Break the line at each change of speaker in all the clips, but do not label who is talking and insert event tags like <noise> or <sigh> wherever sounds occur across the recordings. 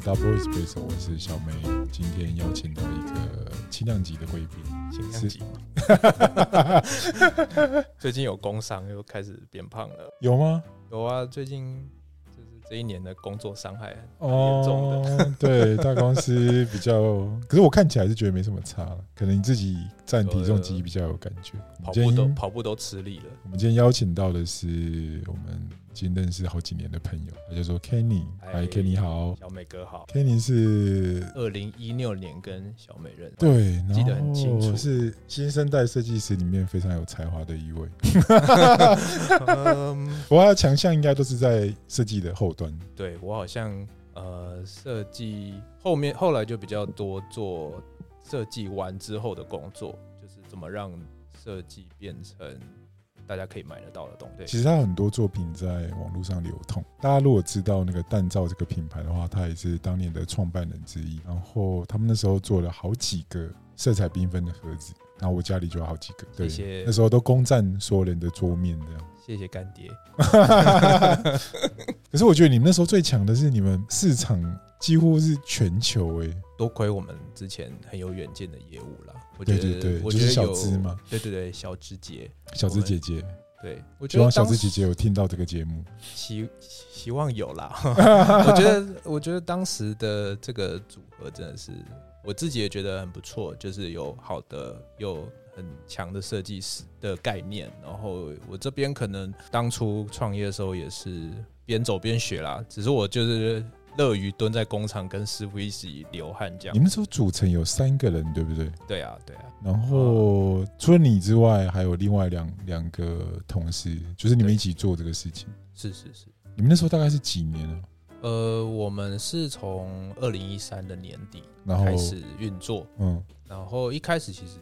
Double Espresso，我是小梅。今天邀请到一个轻量级的贵宾，
轻量
是 <laughs>
级嘛。最近有工伤，又开始变胖了。
有吗？
有啊，最近就是这一年的工作伤害，严重
哦，
<laughs>
对，大公司比较，可是我看起来是觉得没什么差了，可能你自己占体重机比较有感觉。我们
跑步
今
都
天
跑步都吃力了。
我们今天邀请到的是我们已经认识好几年的朋友，他叫做 Kenny，
嗨
嗨，Kenny 好
小美哥好，
，Kenny 是
二零一六年跟小美认识，
对，然
记得很清
后
楚
是新生代设计师里面非常有才华的一位。 <laughs>
嗯，
不过他的强项应该都是在设计的后端。
对我好像呃设计后面后来就比较多做设计完之后的工作，就是怎么让设计变成大家可以买得到的东西。
其实他很多作品在网络上流通。大家如果知道那个蛋皂这个品牌的话，他也是当年的创办人之一。然后他们那时候做了好几个色彩缤纷的盒子，然后我家里就有好几个。对，
谢谢
那时候都攻占所有人的 <laughs> 桌面这样。
谢谢干爹。
可是我觉得你们那时候最强的是你们市场几乎是全球欸诶、
多亏我们之前很有远见的业务啦，我觉
对
得，
对对，就
我
是
觉得
小
有
资嘛，
对对对，小枝节，
小资姐姐。
对我
希
觉得
望小
当
资姐姐有听到这个节目。
希希望有啦， <laughs> 我觉得我觉得当时的这个组合真的是我自己也觉得很不错，就是有好的有。很强的设计师的概念，然后我这边可能当初创业的时候也是边走边学啦，只是我就是乐于蹲在工厂跟师傅一起流汗这
你
样。
们那时候组成有三个人，对不对？
对啊，对啊，
然
呃
后除了你之外，还有另外两两个同事，就是你们
对
一起做这个事情。
是是是。
你们那时候大概是几年啊？
呃，我们是从二零一三的年底
然后
开始运作，
嗯，
然后一开始其实是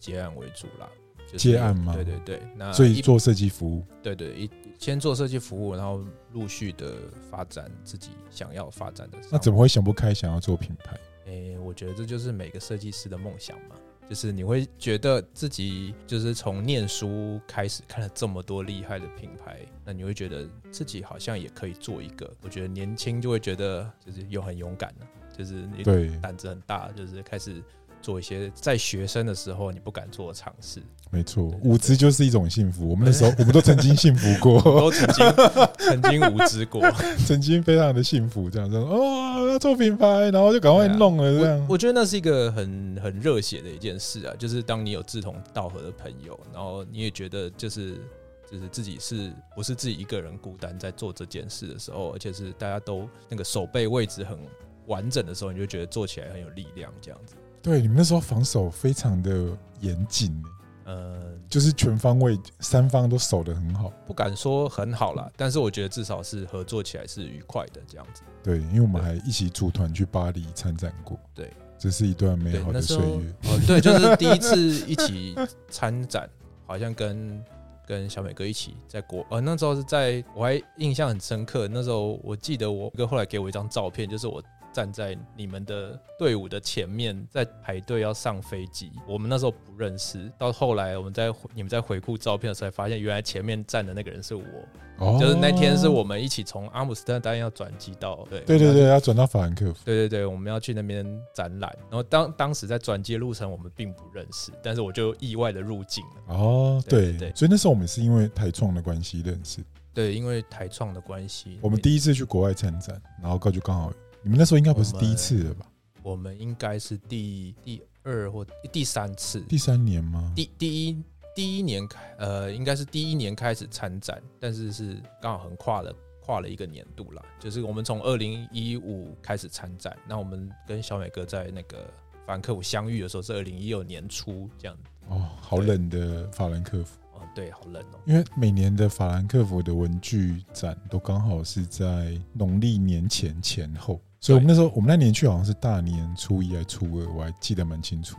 接案为主啦，就是
接案吗
对对对，那
所以
一
做设计服务，
对对一先做设计服务，然后陆续的发展自己想要发展的商品。
那怎么会想不开想要做品牌？
诶、我觉得这就是每个设计师的梦想嘛，就是你会觉得自己就是从念书开始看了这么多厉害的品牌，那你会觉得自己好像也可以做一个。我觉得年轻就会觉得就是又很勇敢了，就是你
对，
胆子很大，就是开始做一些在学生的时候你不敢做的尝试。
没错
对，对
舞姿就是一种幸福。我们那时候，我们都曾经幸福过，
<laughs> 都曾经曾经无知过，
曾经非常的幸福，这样说哦，要做品牌，然后就赶快
对啊
弄了这
我
样。
我觉得那是一个很很热血的一件事啊，就是当你有志同道合的朋友，然后你也觉得就是就是自己是不是自己一个人孤单在做这件事的时候，而且是大家都那个手背位置很完整的时候，你就觉得做起来很有力量，这样子。
对，你们那时候防守非常的严谨，
嗯，
就是全方位三方都守得很好。
不敢说很好啦，但是我觉得至少是合作起来是愉快的这样子。
对，因为我们还一起组团去巴黎参展过。
对，
这是一段美
对，
好
那
的
时
岁
候
月。
哦，对，就是第一次一起参展， <laughs> 好像跟跟小美哥一起在国，呃，那时候是在我还印象很深刻。那时候我记得我哥后来给我一张照片，就是我站在你们的队伍的前面，在排队要上飞机。我们那时候不认识，到后来我们在回你们在回顾照片的时候，才发现原来前面站的那个人是我，
哦
就是那天是我们一起从阿姆斯特丹要转机到对
对
然
对
后
对，要转到法兰克福。
对对对，我们要去那边展览。然后当当时在转接路程，我们并不认识，但是我就意外的入境了。
哦，
对
对
对对
所以那时候我们是因为台创的关系认识。
对，因为台创的关系，
我们第一次去国外参展，然后就刚好你们那时候应该不是第一次了吧？
我们应该是第第二或第三次，
第三年吗？
第第一第一年开呃，应该是第一年开始参展，但是是刚好横跨了。跨了一个年度啦，就是我们从二零一五开始参展，那我们跟小美哥在那个法兰克福相遇的时候是二零一六年初这样子。
哦，好冷的法兰克福，
哦，对，好冷哦。
因为每年的法兰克福的文具展都刚好是在农历年前前后，所以我们那时候我们那年去好像是大年初一还初二，我还记得蛮清楚。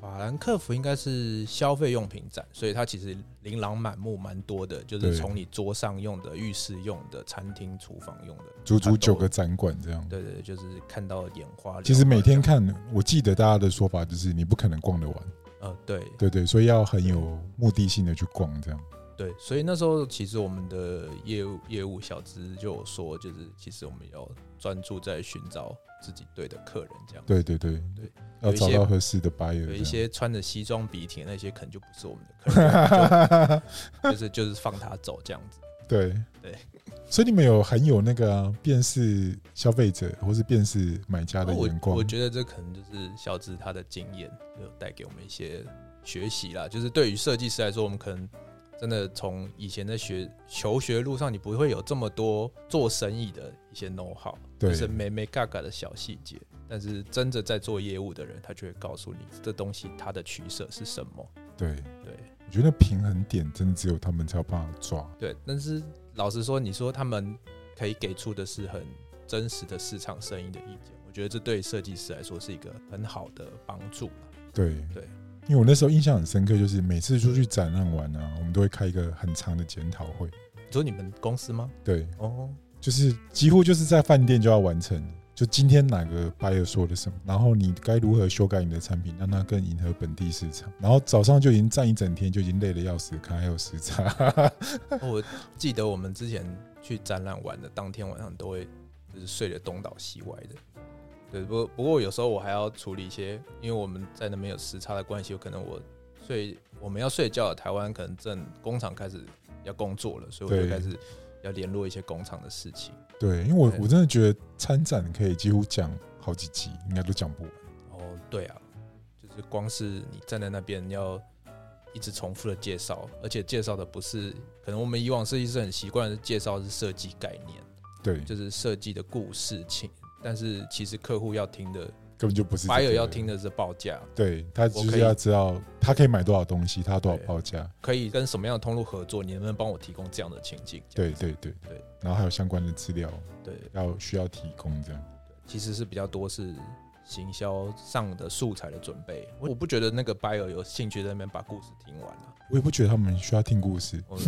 法兰克福应该是消费用品展，所以它其实琳琅满目，蛮多的，就是
对
从你桌上用的、浴室用的、餐厅、厨房用的，
足
它
足
都
九个。展馆这样。
对对，对就是看到眼花缭乱。
其实每天看，我记得大家的说法就是你不可能逛得完，
呃，对
对对，所以要很有目的性的去逛这样。
对，所以那时候其实我们的业务业务小资就有说，就是其实我们要专注在寻找自己队的客人这样。
对对对
对，
要
有一
找
些
到合适的 buyer，
有
这
一
样
些穿着西装笔挺的那些，可能就不是我们的客人，就就是就是放他走这样子。
<laughs> 对
对，
所以你们有很有那个、啊、辨识消费者或是辨识买家的
我
眼光，
我觉得这可能就是小智他的经验有带给我们一些学习啦。就是对于设计师来说，我们可能真的从以前的学求学路上，你不会有这么多做生意的一些 know how，
对
就是美美嘎嘎的小细节。但是真的在做业务的人，他就会告诉你这东西它的取舍是什么。
对，
对
我觉得平衡点真的只有他们才有办法抓。
对，但是老实说，你说他们可以给出的是很真实的市场声音的意见，我觉得这对设计师来说是一个很好的帮助啦。
对
对，
因为我那时候印象很深刻，就是每次出去展览完啊，我们都会开一个很长的检讨会，
你说你们公司吗？
对，
哦，
就是几乎就是在饭店就要完成。就今天哪个 buyer 说了什么，然后你该如何修改你的产品，让它更迎合本地市场。然后早上就已经站一整天，就已经累得要死，可能还有时差。 <laughs>
哦我记得我们之前去展览玩的当天晚上都会就是睡得东倒西歪的。对，不过不过有时候我还要处理一些，因为我们在那边有时差的关系，有可能我睡我们要睡觉，台湾可能正工厂开始要工作了，所以我就
对
开始要联络一些工厂的事情。
对，因为我
对
我真的觉得参展可以几乎讲好几集，应该都讲不完。
哦，对啊，就是光是你站在那边要一直重复的介绍，而且介绍的不是可能我们以往设计师很习惯的介绍是设计概念，
对，
就是设计的故事情，但是其实客户要听的
根本就不是、这个。
，buyer 要听。的是报价，
对他
我
就
可
是
以
要知道他可以买多少东西，他多少
对
报价。
可以跟什么样的通路合作，你能不能帮我提供这样的情境？这
对
样子
对对
对。
然后还有相关的资料
对，
要需要提供，这样。
其实是比较多是。行销上的素材的准备，我我不觉得那个 buyer 有兴趣在那边把故事听完了、
我也不觉得他们需要听故事。 <laughs>
我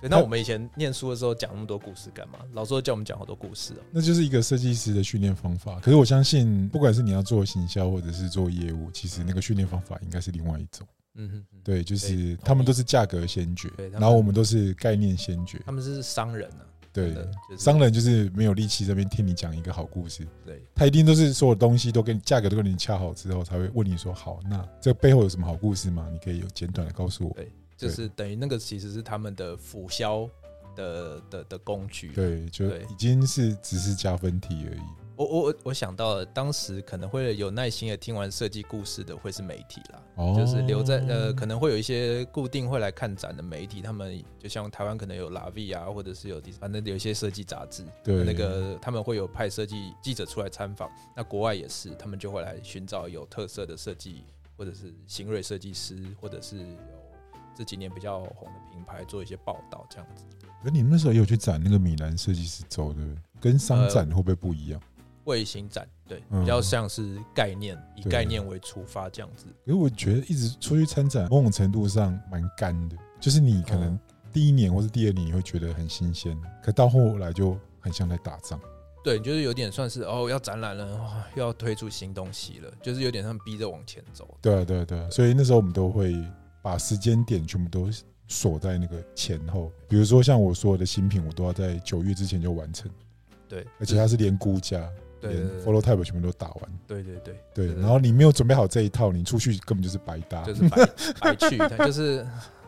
对，那我们以前念书的时候讲那么多故事干嘛？老师都叫我们讲好多故事哦、
那就是一个设计师的训练方法。可是我相信，不管是你要做行销或者是做业务，其实那个训练方法应该是另外一种。
嗯哼哼，
对，就
对
是他们都是价格先决
对，他们
然后我们都是概念先决。
他们是商人啊，
对
真，的就是
商人就是没有力气这边听你讲一个好故事，
对
他一定都是所有东西都跟你价格都跟你掐好之后，才会问你说好，那这背后有什么好故事吗？你可以有简短的告诉我。
对，就是等于那个其实是他们的辅销的的的工具。
对，就
对
已经是只是加分题而已。
我我我我想到了，当时可能会有耐心的听完设计故事的会是媒体啦，
哦，
就是留在呃，可能会有一些固定会来看展的媒体，他们就像台湾可能有 La V 啊，或者是有第反正有一些设计杂志，
对
那个他们会有派设计记者出来参访。那国外也是，他们就会来寻找有特色的设计，或者是新锐设计师，或者是有这几年比较红的品牌做一些报道这样子。
可你们那时候也有去展那个米兰设计师周，对不对？跟商
呃
展会不会不一样？
卫星展对，
嗯
比较像是概念，以
对
概念为出发这样子。
可是我觉得一直出去参展，某种程度上蛮干的，就是你可能
嗯
第一年或是第二年你会觉得很新鲜，可到后来就很像在打仗。
对，就是有点算是哦，要展览了，哦又要推出新东西了，就是有点像逼着往前走。
对啊，对啊，对啊，所以那时候我们都会把时间点全部都锁在那个前后，比如说像我所有的新品，我都要在九月之前就完成，
对，
而且它是连估价、
对
连
对
follow type 全部都打完。
对对对
对，
就是
然后你没有准备好这一套，你出去根本就是白搭。
就是白 <laughs> 白去一趟，就是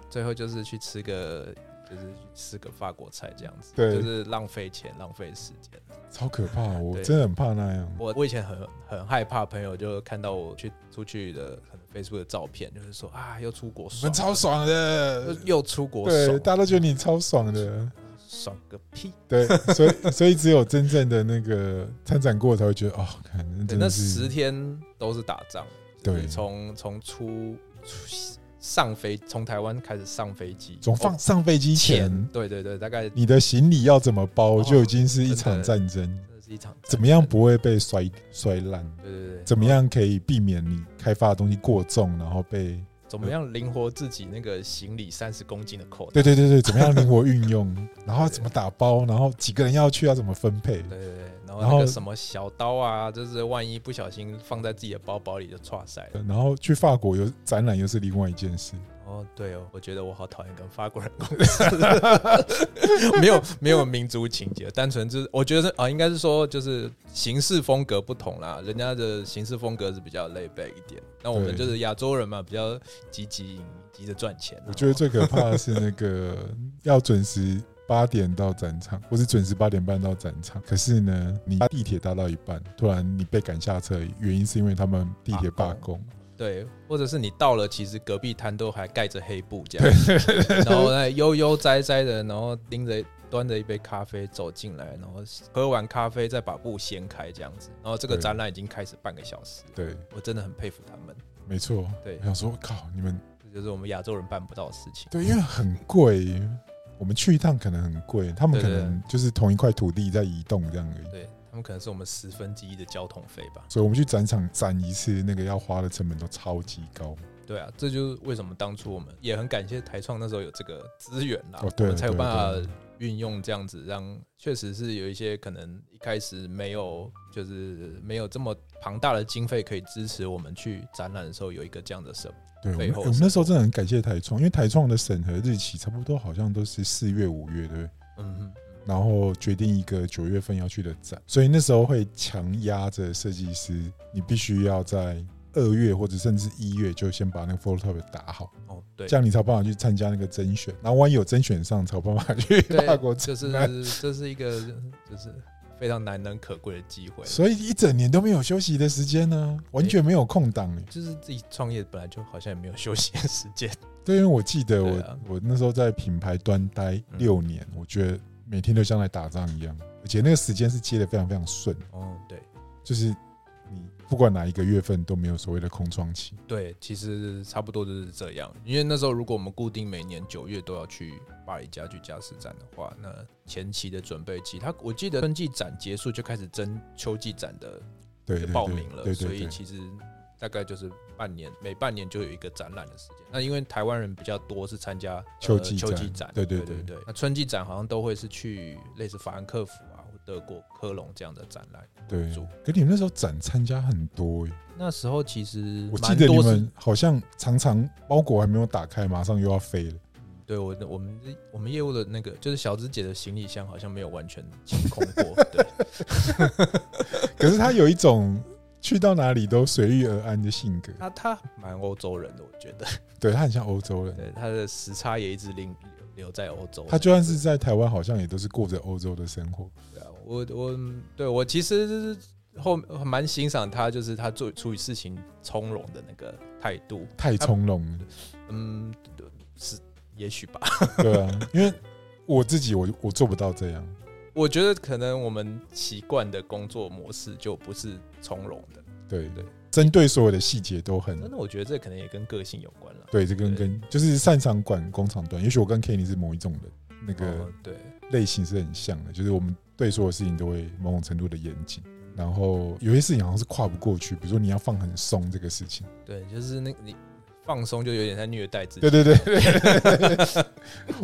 最后就是去吃个就是去吃个法国菜这样子，
对
就是浪费钱浪费时间。
超可怕！我
<laughs> 对
真的很怕那样。
我我以前很很害怕朋友就看到我去出去的可能 Facebook 的照片，就是说啊又出国
我
爽
们
了，
超爽的，
又出国
对，
爽，
大家都觉得你超爽的，
爽个屁！
对，所
<laughs>
以所以只有真正的那个参展过才会觉得哦，看那
对，
真
那
的是
十天都是打仗，就是
对
从从出出上飞从台湾开始上飞机，
从放上飞机
以
前，
对对对，大概真
你的行李要怎么包
哦
就已经是一
真
场
的
战争，
的哦是一场战
怎么样
争
不会被摔摔烂？
对对对，
怎么样可以避免你开发的东西过重，然后被
怎么样灵活自己那个行李三十公斤的口
对
袋？
对对对，怎么样灵活运用，
<laughs>
然后怎么打包，然后几个人要去要怎么分配？
对对对，然后
然
那
后
个什么小刀啊，就是万一不小心放在自己的包包里就岔塞了。
然后去法国又展览又是另外一件事，
哦，对哦，我觉得我好讨厌跟法国人共事， <laughs> 没有没有民族情节，单纯就是我觉得啊、应该是说就是行事风格不同啦，人家的行事风格是比较 l a b a 一点，那我们
对
就是亚洲人嘛，比较积极营急着赚钱啊。
我觉得最可怕的是那个
<laughs>
要准时八点到展场，或是准时八点半到展场。可是呢，你搭地铁搭到一半，突然你被赶下车，原因是因为他们地铁罢
罢
工。
对，或者是你到了，其实隔壁摊都还盖着黑布这样，然后呢悠悠哉哉的，然后拎着端着一杯咖啡走进来，然后喝完咖啡再把布掀开这样子，然后这个
对
展览已经开始半个小时，
对，
我真的很佩服他们，
没错。
对
我想说靠，你们
这就是我们亚洲人办不到的事情。
对，因为很贵，我们去一趟可能很贵，他们可
对对
能就是同一块土地在移动这样而已。
对他们可能是我们十分之一的交通费吧。
所以我们去展场展一次，那个要花的成本都超级高。
对啊，这就是为什么当初我们也很感谢台创那时候有这个资源啦，
哦对
我们才有
对
办
对
法运用这样子让，确实是有一些可能一开始没有，就是没有这么庞大的经费可以支持我们去展览的时候有一个这样的设备。
对，我们
背后
我们那时候真的很感谢台创，因为台创的审核日期差不多好像都是四月、五月，对不对？
嗯哼，
然后决定一个九月份要去的展，所以那时候会强压着设计师，你必须要在二月或者甚至一月就先把那个 Photoshop 打好，
哦对
这，样你才有办法去参加那个甄选。然后万一有甄选上，才有办法去
对
法国
这
展
是
览。
这是一个就是非常难能可贵的机会。
所以一整年都没有休息的时间呢、完全没有空档、欸。
就是自己创业本来就好像也没有休息的时
<laughs>
间，
对，因为我记得我、
对啊
我那时候在品牌端待
嗯
六年，我觉得每天都像在打仗一样，而且那个时间是接的非常非常顺，
哦对，
就是你不管哪一个月份都没有所谓的空窗期。
对，其实差不多就是这样。因为那时候如果我们固定每年九月都要去巴黎家具家饰展的话，那前期的准备期，它我记得春季展结束就开始争秋季展的
对对对
报名了，
对
所
对
以
对，
其实大概就是半年，每半年就有一个展览的时间。那因为台湾人比较多是参加、呃
秋季
秋季
展
展，
对对
对
对
对那春季展好像都会是去类似法兰克福啊、或德国科隆这样的展览。
对
主。
可你们那时候展参加很多、欸，
那时候其实
我记
蛮
得你
多是
们好像常常包裹还没有打开，马上又要飞了。
对我的，我们的我们业务的那个，就是小芝姐的行李箱好像没有完全清空过。 <laughs> 对，
可是他有一种去到哪里都随遇而安的性
<laughs>
格，
她她蛮欧洲人的，我觉得，
对他很像欧洲人。
对她的时差也一直令留在欧洲。
他就算是在台湾，好像也都是过着欧洲的生活。
对啊，我我对我其实后蛮欣赏她，就是她做处理事情从容的那个态度。
太从容了，
嗯，是也许吧。 <laughs>
<laughs> 对啊，因为我自己我我做不到这样，
我觉得可能我们习惯的工作模式就不是从容的。
对
对，
针对所有的细节都很
真的，我觉得这可能也跟个性有关了。
对，这跟
对
跟就是擅长管工厂端，也许我跟 Kenny 是某一种人，那
哦
个
对。
类型是很像的，就是我们对所有事情都会某种程度的严谨，然后有些事情好像是跨不过去，比如说你要放很松这个事情，
对，就是那个你放松就有点在虐待自己。
对对对对对对对 <laughs>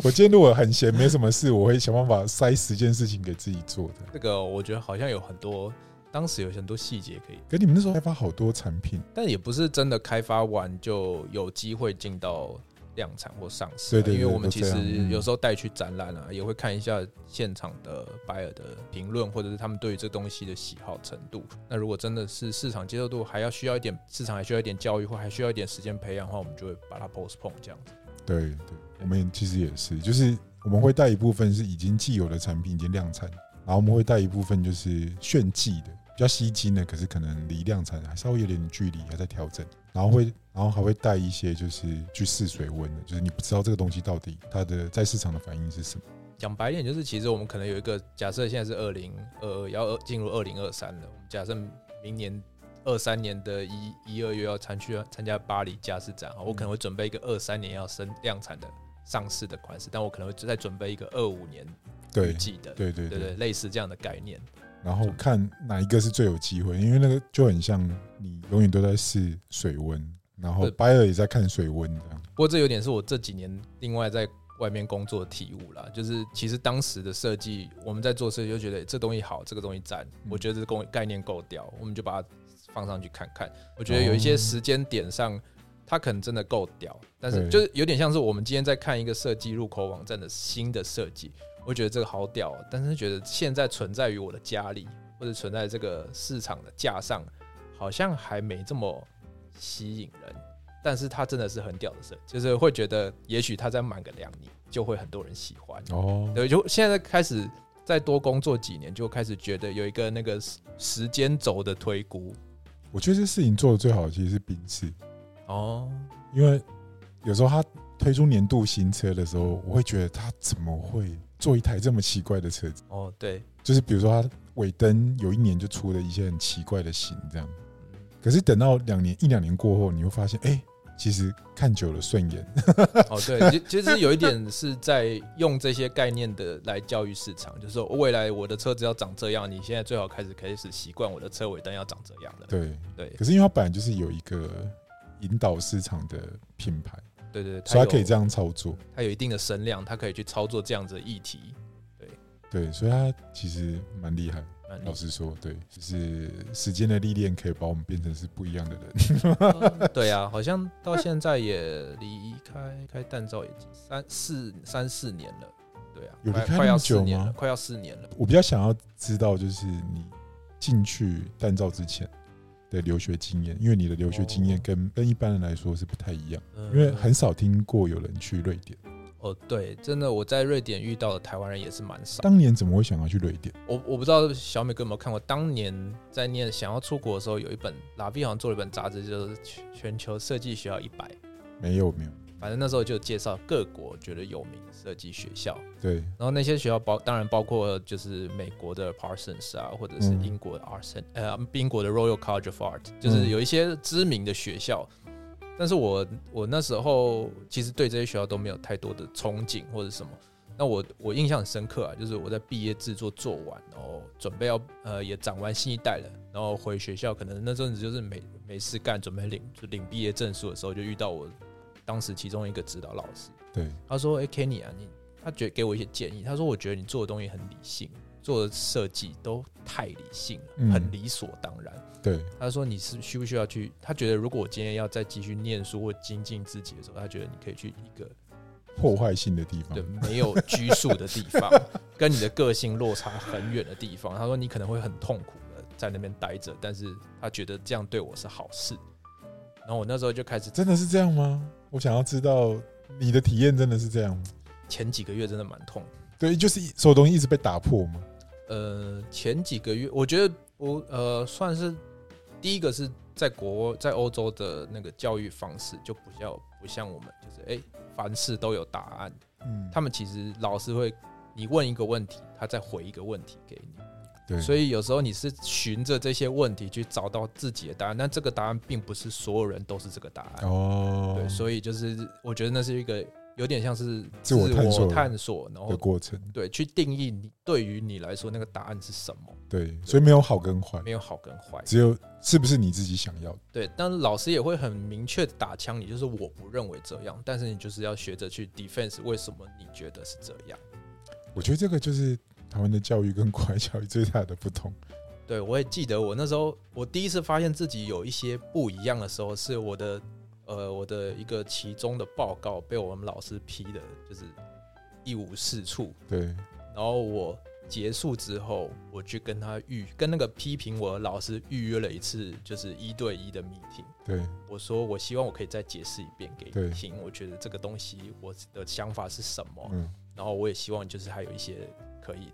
我今天如果很闲没什么事，我会想办法塞十件事情给自己做的。
这个我觉得好像有很多，当时有很多细节可以，
可你们那时候开发好多产品。
但也不是真的开发完就有机会进到量产或上市
对
啊、
对对
因为我
都
们其
这样
实
嗯
有时候带去展览啊，也会看一下现场的 buyer 的评论，或者是他们对于这东西的喜好程度。那如果真的是市场接受度还要需要一点，市场还需要一点教育，或还需要一点时间培养的话，我们就会把它 postpone 这样子。
对对，我们也其实也是，就是我们会带一部分是已经既有的产品已经量产，然后我们会带一部分就是炫技的，比较吸睛的，可是可能离量产还稍微有点距离，还在调整。然后会，然后还会带一些就是去试水温的，就是你不知道这个东西到底它的在市场的反应是什么。
讲白一点，就是其实我们可能有一个假设，现在是二零二二，要进入二零二三了。我们假设明年二三年的一一二月要参去参加巴黎家饰展，我可
嗯
能会准备一个二三年要生量产的上市的款式，但我可能会再准备一个二五年预
对
计的，
对对
对
对，
对，类似这样的概念。
然后看哪一个是最有机会，因为那个就很像你永远都在试水温，然后
对
buyer 也在看水温这样。
不过这有点是我这几年另外在外面工作的体悟啦，就是其实当时的设计，我们在做设计就觉得这东西好，这个东西赞，
嗯
我觉得这个
哦
工概念够屌，我们就把它放上去看看。我觉得有一些时间点上，它可能真的够屌，但是
对
就是有点像是我们今天在看一个设计入口网站的新的设计，我觉得这个好屌哦，但是觉得现在存在于我的家里或者存在这个市场的架上，好像还没这么吸引人。但是它真的是很屌的设计，就是会觉得也许它再满个两年就会很多人喜欢。
哦，
对，就现在开始再多工作几年，就开始觉得有一个那个时时间轴的推估。
我觉得这事情做的最好的其实是宾士，
哦，
因为有时候他推出年度新车的时候，我会觉得他怎么会做一台这么奇怪的车子？
哦，对，
就是比如说他尾灯有一年就出了一些很奇怪的型这样，
嗯
可是等到两年一两年过后，你会发现，哎、其实看久了顺眼，
哦，对，其其实有一点是在用这些概念的来教育市场，就是说未来我的车子要长这样，你现在最好开始开始习惯我的车尾灯要长这样了。
对。
对
可是因为它本来就是有一个引导市场的品牌，
对对，
所以它可以这
样，
样操作。
它有一定的声量，它可以去操作这样子的议题。
对，所以它其实蛮厉害。
那
<laughs>
你
老实说，对，就是时间的历练可以把我们变成是不一样的人。
嗯对啊，好像到现在也离开开蛋照也几三四三四年了，对啊，
有离
快
开
快
那
要
么
四
久
年
吗
了，快要四年了。
我比较想要知道，就是你进去淡照之前的留学经验，因为你的留学经验
哦
跟跟一般人来说是不太一样，
嗯
因为很少听过有人去瑞典。
哦，对，真的我在瑞典遇到的台湾人也是蛮少。
当年怎么会想要去瑞典？
我我不知道小美哥有没有看过，当年在念想要出国的时候，有一本拉比好像做了一本杂志，就是全全球设计学校一百，
没有，没有，
反正那时候就介绍各国觉得有名的设计学校，
对，
然后那些学校包当然包括就是美国的 Parsons 啊，或者是
嗯
英国的 Arson，、呃，英国的 Royal College of Art，就是有一些知名的学校。但是我我那时候其实对这些学校都没有太多的憧憬或者什么。那我我印象很深刻啊，就是我在毕业制作做完，然后准备要呃也长完新一代了，然后回学校，可能那阵子就是没没事干，准备领就领毕业证书的时候，就遇到我当时其中一个指导老师，
对，
他说：“哎、k e n n y 啊，你他觉得给我一些建议。他说，我觉得你做的东西很理性，做的设计都太理性了，
嗯
很理所当然。
对，
他说，你是需不需要去？他觉得如果我今天要再继续念书或精进自己的时候，他觉得你可以去一个
破坏性的地方
对，没有拘束的地方， <laughs> 跟你的个性落差很远的地方。他说你可能会很痛苦的在那边待着，但是他觉得这样对我是好事。然后我那时候就开始
真的是这样吗？我想要知道你的体验真的是这样吗？
前几个月真的蛮痛苦的
对，就是一所有东西一直被打破嘛。
呃，前几个月我觉得我呃算是第一个是在国在欧洲的那个教育方式就不像不像我们，就是哎、诶凡事都有答案。
嗯，
他们其实老师会你问一个问题，他再回一个问题给你，
对，
所以有时候你是循着这些问题去找到自己的答案，但这个答案并不是所有人都是这个答案。
哦，
对，所以就是我觉得那是一个有点像是
自我探索
自探索然
的
后
过程，
对去定义你对于你来说那个答案是什么。
对，所以没有好跟坏，
没有好跟坏。
只有是不是你自己想要的。
对，但老师也会很明确地打枪你，就是我不认为这样，但是你就是要学着去 defense 为什么你觉得是这样。
我觉得这个就是台湾的教育跟国外教育最大的不同。 <laughs>
对，我也记得我那时候，我第一次发现自己有一些不一样的时候，是我的呃我的一个其中的报告被我们老师批的，就是一无是处。
对，
然后我结束之后，我去跟他预跟那个批评我的老师预约了一次，就是一对一的 meeting。
对，
我说我希望我可以再解释一遍给
对
你听，我觉得这个东西我的想法是什么，
嗯，
然后我也希望就是还有一些可以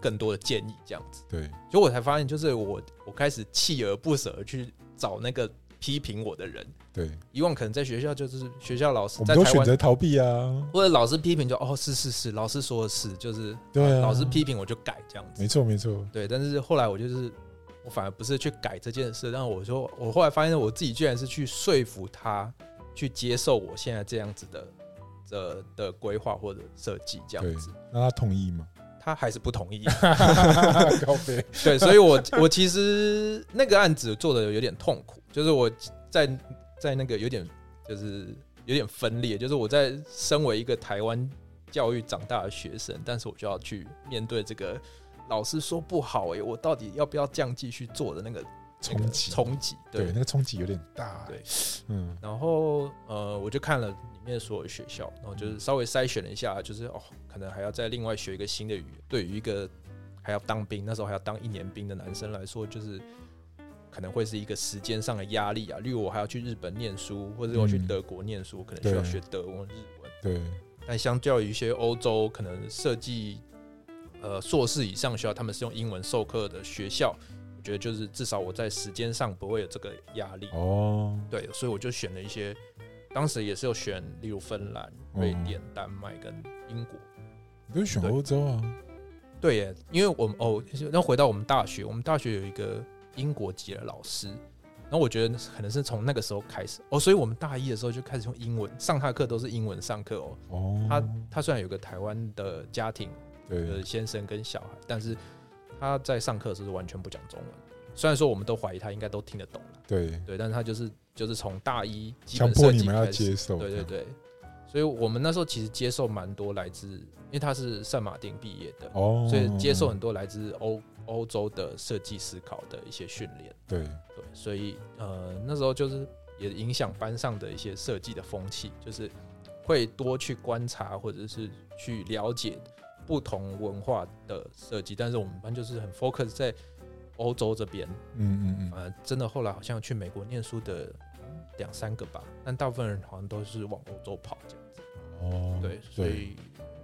更多的建议这样子。
对，
结果我才发现，就是我我开始锲而不舍地去找那个批评我的人。
对，
以往可能在学校就是学校老师
我
在
们都
台
选
湾
择逃避啊。
或者老师批评就哦是是是，老师说的是就是
对啊，
老师批评我就改这样子
没。错没错，
对，但是后来我就是我反而不是去改这件事，但我说我后来发现我自己居然是去说服他去接受我现在这样子的的的规划或者设计这
对
样子，，
那他同意
<laughs>
吗？
他还是不同意。啊
高飞，
<laughs> 对，所以我我其实那个案子做的有点痛苦，就是我在在那个有点就是有点分裂，就是我在身为一个台湾教育长大的学生，但是我就要欸去面对这个老师说不好诶、我到底要不要这样继续做的那个那个
冲击
冲击，
对，
对
那。个冲击有点大。
对，
嗯，
然后呃，我就看了里面所有学校，然后就是稍微筛选了一下，就是哦，可能还要再另外学一个新的语言。对于一个还要当兵，那时候还要当一年兵的男生来说，就是可能会是一个时间上的压力啊。例如我还要去日本念书，或者我去
嗯
德国念书，可能
对
需要学德文、日文。
对，
但相较于一些欧洲可能设计呃硕士以上学校，他们是用英文授课的学校，我觉得就是至少我在时间上不会有这个压力。
哦，
对，所以我就选了一些，当时也是有选，例如芬兰、
嗯
瑞典、丹麦跟英国。
你就选
对
欧洲啊？
对耶，因为我们哦，那回到我们大学，我们大学有一个英国籍的老师，然后我觉得可能是从那个时候开始哦，所以我们大一的时候就开始用英文上他的课都是英文上课哦。
哦，
他虽然有个台湾的家庭
对
的先生跟小孩，但是他在上课的时候是完全不讲中文。虽然说我们都怀疑他应该都听得懂了，
对，
对，但是他就是就是从大一基
强
本
迫
设
你
计
们要
开始
接受。
对对，对，所以我们那时候其实接受蛮多来自，因为他是圣马丁毕业的，
哦，
所以接受很多来自欧欧洲的设计思考的一些训练。
对，
对，所以呃那时候就是也影响班上的一些设计的风气，就是会多去观察或者是去了解不同文化的设计，但是我们班就是很 focus 在欧洲这边，
嗯嗯嗯，
呃，真的后来好像去美国念书的嗯两三个吧，但大部分人好像都是往欧洲跑这样子。
哦，
对，所以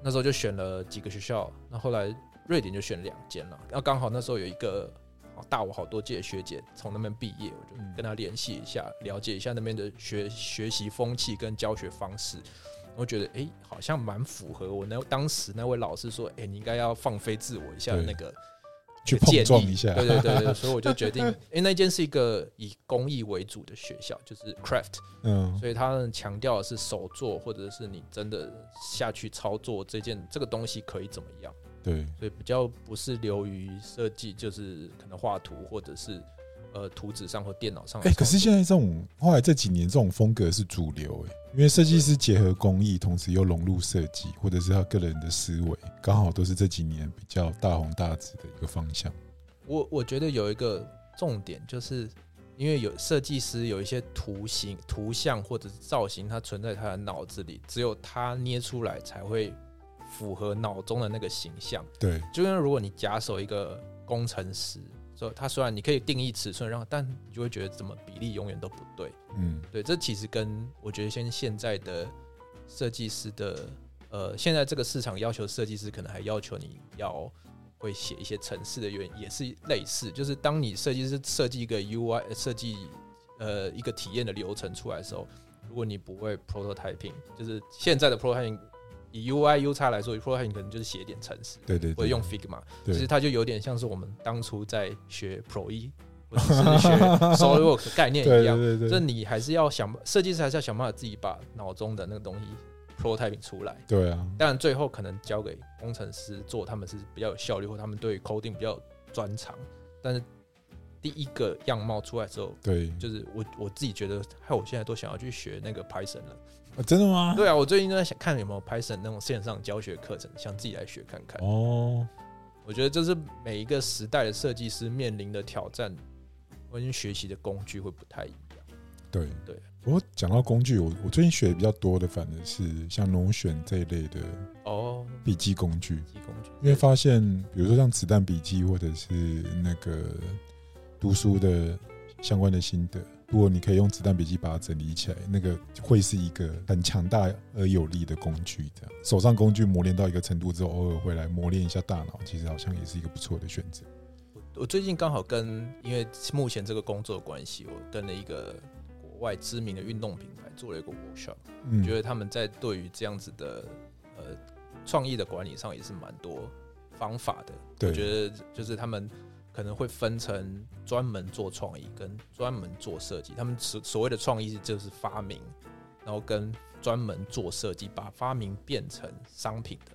那时候就选了几个学校，那后来瑞典就选两间了。那刚好那时候有一个好大我好多届的学姐从那边毕业，我就
嗯
跟她联系一下，了解一下那边的学学习风气跟教学方式。我觉得哎、诶好像蛮符合我那当时那位老师说，哎、你应该要放飞自我一下
对
那个
去
那个建
碰
议
撞一下。
对对对对，所以我就决定，因为那间是一个以工艺为主的学校，就是 craft，
嗯，
所以他们强调的是手做，或者是你真的下去操作这件这个东西可以怎么样，
对，
所以比较不是流于设计，就是可能画图或者是呃图纸上或电脑上的
哎、
操作。
可是现在这种后来这几年这种风格是主流哎、因为设计师结合工艺，同时又融入设计，或者是他个人的思维，刚好都是这几年比较大红大紫的一个方向。
我我觉得有一个重点，就是因为有设计师有一些图形、图像或者是造型，它存在他的脑子里，只有他捏出来才会符合脑中的那个形象。
对，
就跟如果你假手一个工程师，说他虽然你可以定义尺寸，然后但你就会觉得怎么比例永远都不对。
嗯，
对，这其实跟我觉得先现在的设计师的呃，现在这个市场要求设计师可能还要求你要会写一些程式的原因也是类似，就是当你设计师设计一个 UI 呃设计呃一个体验的流程出来的时候，如果你不会 prototyping，就是现在的 prototyping 以 UI U x 来说，prototyping 可能就是写一点程式。
对对
或
对，
者用 Figma，其
对
实它就有点像是我们当初在学 Pro E 或者是
<laughs>
学 SolidWorks 的概念
对
一样。
对对对，
这你还是要想，设计师还是要想办法自己把脑中的那个东西 prototyping 出来。
对啊，
当然，最后可能交给工程师做，他们是比较有效率，或他们对 coding 比较有专长。但是第一个样貌出来之后，
对，
就是我我自己觉得，害我现在都想要去学那个 Python 了。
啊真的吗？
对啊，我最近都在想看有没有 Python 那种线上教学课程，想自己来学看看。
哦，
我觉得这是每一个时代的设计师面临的挑战，跟学习的工具会不太一样。
对
对。
我讲到工具，我我最近学的比较多的，反而是像龙选这一类的
哦，
笔记工具。
笔记工具，
因为发现，比如说像子弹笔记或者是那个读书的相关的心得，如果你可以用子弹笔记把它整理起来，那个会是一个很强大而有力的工具。这样手上工具磨练到一个程度之后，偶尔会来磨练一下大脑，其实好像也是一个不错的选择。
我最近刚好跟因为目前这个工作的关系，我跟了一个国外知名的运动品牌做了一个 workshop，、
嗯，
觉得他们在对于这样子的呃创意的管理上也是蛮多方法的。我
对
觉得就是他们可能会分成专门做创意跟专门做设计。他们所所谓的创意就是发明，然后跟专门做设计，把发明变成商品的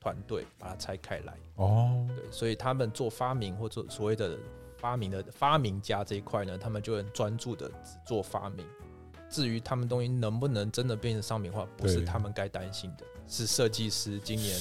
团队把它拆开来。
哦，
对，所以他们做发明或者所谓的发明的发明家这一块呢，他们就很专注的只做发明，至于他们东西能不能真的变成商品化，不是
对
他们该担心的，是设计师今年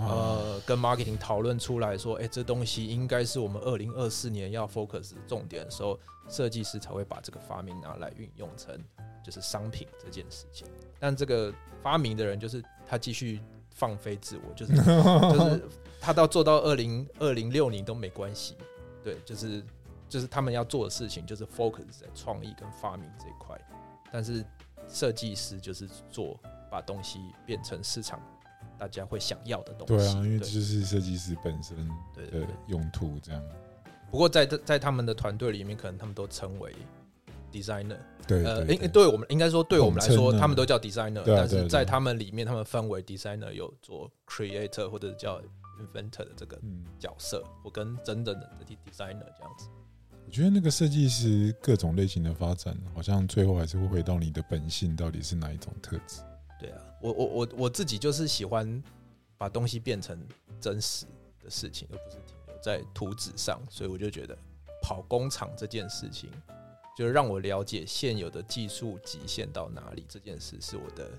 啊，
呃， <laughs> 跟 marketing 讨论出来说，哎、这东西应该是我们二零二四年要 focus 重点的时候，设计师才会把这个发明拿来运用成就是商品这件事情。但这个发明的人就是他继续放飞自我，
嗯
就是 <laughs> 就是他到做到二零二零六零都没关系，对，就是就是他们要做的事情就是 focus 在创意跟发明这一块，但是设计师就是做把东西变成市场大家会想要的东西。
<laughs> 对啊，因为这
对
就是设计师本身
对对
的
对
用途这样。
不过在这在他们的团队里面，可能他们都称为 designer，
对
呃，
对
应对我们应该说对我们来
统
说，
称啊
他们都叫 designer，
对啊
但
对啊
是在
对啊
他们里面，他们分为 designer 有做 creator 或者叫 inventor 的这个
嗯，
角色，我跟真正的 designer 这样子。
我觉得那个设计师各种类型的发展，好像最后还是会回到你的本性到底是哪一种特质。
对啊，我我我我自己就是喜欢把东西变成真实的事情，而不是停留在图纸上，所以我就觉得跑工厂这件事情，就是让我了解现有的技术极限到哪里这件事，是我的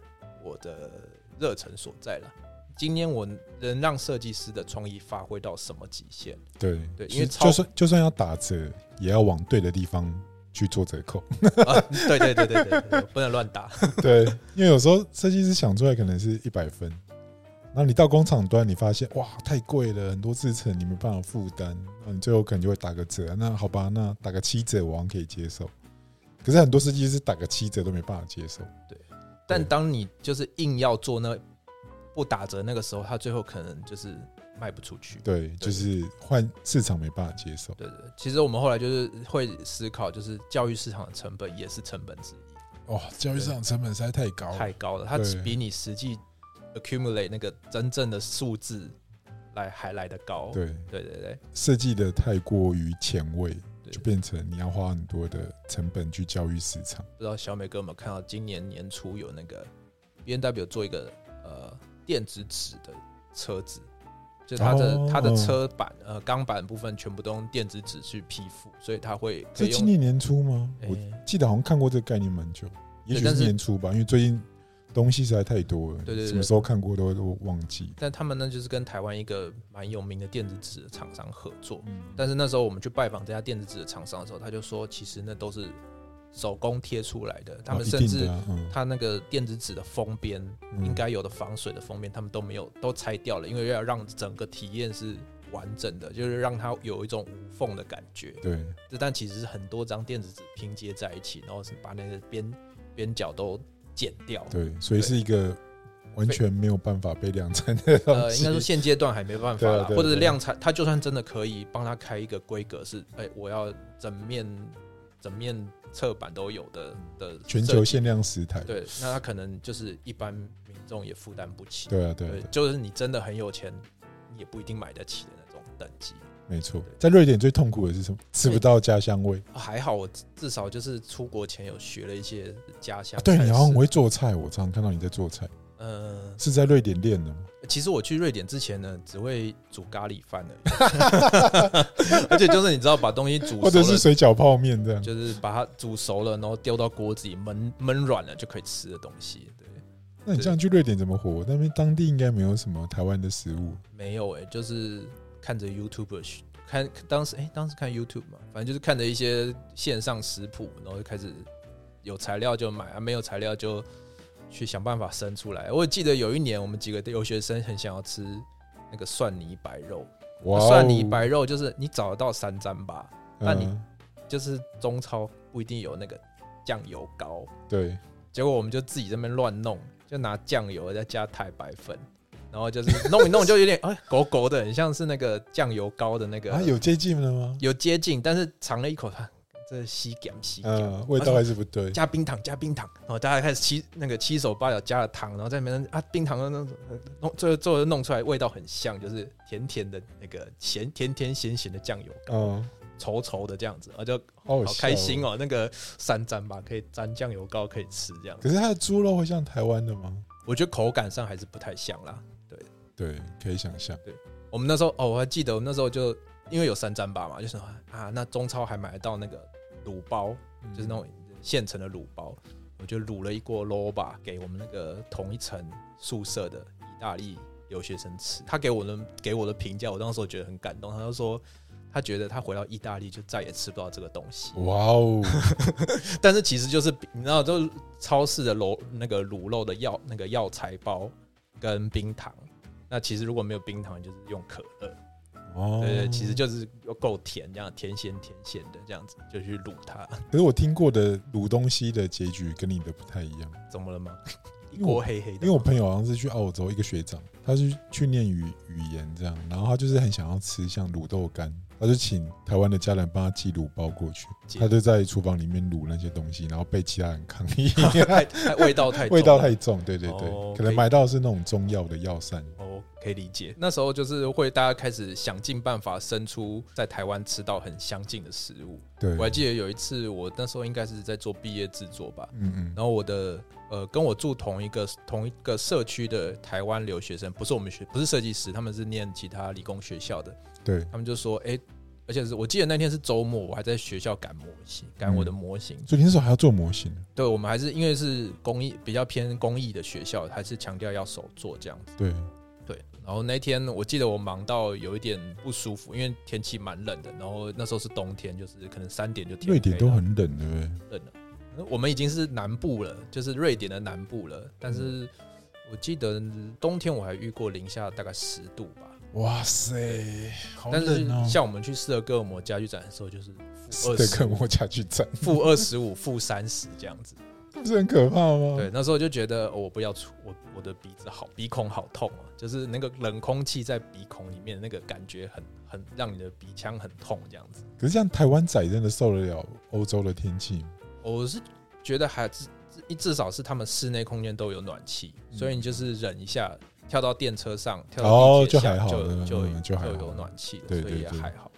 我的热忱所在了。今天我能让设计师的创意发挥到什么极限？ <laughs>
对
对
就
因为超
就算就算要打折，也要往对的地方去做折扣。 <laughs>
啊，对对对对对对，不能乱打。
对，因为有时候设计师想出来可能是一百分，然后你到工厂端，你发现哇太贵了，很多制成你没办法负担，那你最后可能就会打个折。那好吧，那打个七折我好像可以接受。可是很多设计师打个七折都没办法接受。
但
对
当你就是硬要做那不打折那个时候，他最后可能就是卖不出去。
对，就是换市场没办法接受。
对对，对其实我们后来就是会思考，就是教育市场的成本也是成本之一，
哇，教育哦市场成本实在太高了。
太高了，它
对
比你实际 accumulate 那个真正的数字来还来得高。
对，
对对对
设计的太过于前卫，
对
就变成你要花很多的成本去教育市场。
不知道小美哥有没有看到今年年初有那个 B N W 做一个呃电子纸的车子，就是它的、
哦
它的车板呃钢板部分全部都用电子纸去批复，所以它会可
是
以
今
用。
年年初吗？我
诶
记得好像看过这个概念蛮久，也许
哎但
是
是
年初吧，因为最近东西实在太多了，
对对对
什么时候看过都都忘记。
但他们呢，就是跟台湾一个蛮有名的电子纸的厂商合作，
嗯，
但是那时候我们去拜访这家电子纸的厂商的时候，他就说，其实那都是手工贴出来的，他
啊
们
一
甚
定
至
的啊嗯
他那个电子纸的封边
嗯
应该有的防水的封边，他们都没有都拆掉了，因为要让整个体验是完整的，就是让它有一种无缝的感觉。
对
这但其实是很多张电子纸拼接在一起，然后是把那个边边角都剪掉。
对，所以是一个完全没有办法被量产的东
呃，
西。
应该说现阶段还没办法
对啊
啦，
对啊
或者
对
是
啊
量产，它就算真的可以帮他开一个规格是，哎、我要整面整面侧板都有的的
全
设
球
计
限量十台。
对，那他可能就是一般民众也负担不起，
对啊，对啊，对啊
就是你真的很有钱，你也不一定买得起的那种等级。
没错
对。
在瑞典最痛苦的是什么？吃不到家乡味。
啊还好我至少就是出国前有学了一些家乡
啊
菜
对
式、
你好像很会做菜，我常常看到你在做菜，
嗯、
是在瑞典练的吗？
其实我去瑞典之前呢，只会煮咖喱饭而已， <laughs> 而且就是你知道把东西煮
或
熟
者
了
是水饺泡面这样？
就是把它煮熟了，然后丢到锅子里焖焖软了就可以吃的东西。对，
那你这样去瑞典怎么活？那边当地应该没有什么台湾的食物。
没有哎、就是看着 YouTube 学看当时哎、当时看 YouTube 嘛，反正就是看着一些线上食谱，然后就开始有材料就买啊，没有材料就去想办法生出来。我记得有一年我们几个留学生很想要吃那个蒜泥白肉，
哇哦
蒜泥白肉就是你找得到山楂吧，那你
嗯
就是中超不一定有那个酱油膏。
对，
结果我们就自己在那边乱弄，就拿酱油再加太白粉，然后就是弄一弄就有点 <laughs> 哎狗狗的，很像是那个酱油膏的那个，
啊，有接近了吗？
有接近，但是尝了一口，它这吸感吸感，
嗯，味道还是不对。
加冰糖加冰糖，然后大家开始七那个七手八脚加了糖，然后在那边啊冰糖那种呃弄最后最后弄出来味道很像，就是甜甜的那个咸甜甜咸咸的酱油膏，
嗯，
稠稠的这样子，啊就
好好
好开心
哦。
哦，那个三沾吧，可以沾酱油膏可以吃这样。
可是它的猪肉会像台湾的吗？
我觉得口感上还是不太像啦。
对，可以想象。
我们那时候哦，我还记得我们那时候就因为有三战吧嘛，就想嗯啊，那中超还买得到那个卤包，就是那种现成的卤包，我我就卤了一锅 loba 给我们那个同一层宿舍的意大利留学生吃。他给我的给我的评价，我当时我觉得很感动。他就说，他觉得他回到意大利就再也吃不到这个东西。
哇哦，
<laughs> 但是其实就是你知道，就是超市的卤那个卤肉的药那个药材包跟冰糖。那其实如果没有冰糖，就是用可乐。
哦，
对，其实就是够甜，这样甜咸甜咸的这样子，就去卤它。 <laughs>
可是我听过的卤东西的结局跟你的不太一样，
怎么了吗？一
因为我
锅黑黑的吗，
因为我朋友好像是去澳洲，一个学长，他是去念语语言这样，然后他就是很想要吃像卤豆干，他就请台湾的家人帮他寄卤包过去，
寄
他就在厨房里面卤那些东西，然后被其他人抗
<laughs>
议，
太太味道太
<laughs>
重
味道太重，对对对，
哦
可能买到的是那种中药的药膳，
哦，可以理解。那时候就是会大家开始想尽办法生出在台湾吃到很相近的食物。
对
我，还记得有一次，我那时候应该是在做毕业制作吧，
嗯嗯，
然后我的呃跟我住同一个同一个社区的台湾留学生，不是我们学不是设计师，他们是念其他理工学校的，
对，
他们就说，哎、而且是我记得那天是周末，我还在学校赶模型，赶我的模型。
所以你那时候还要做模型，
对，我们还是因为是工艺比较偏工艺的学校，还是强调要手做这样子。
对，
对，然后那天我记得我忙到有一点不舒服，因为天气蛮冷的，然后那时候是冬天，就是可能三点就天
瑞典
黑
都
了
很冷，对不对？
冷了。我们已经是南部了，就是瑞典的南部了，但是我记得冬天我还遇过零下大概十度吧。
哇塞，好
但是
冷哦！
像我们去斯德哥尔摩家具展的时候，就是
<laughs>
负
斯
二
德
十
克摩家具站，
负二十五、负三十这样子。
不是很可怕吗？
对，，那时候就觉得、哦我不要出，我我的鼻子好，鼻孔好痛啊，就是那个冷空气在鼻孔里面那个感觉很很让你的鼻腔很痛这样子。
可是像台湾仔真的受得了欧洲的天气吗？
我是觉得还至至至少是他们室内空间都有暖气，
嗯
所以你就是忍一下，跳到电车上，跳
哦
到地铁
就还
下
好
就
嗯
就
嗯就还好
有暖气了，
对
所
对
以也
对
还好，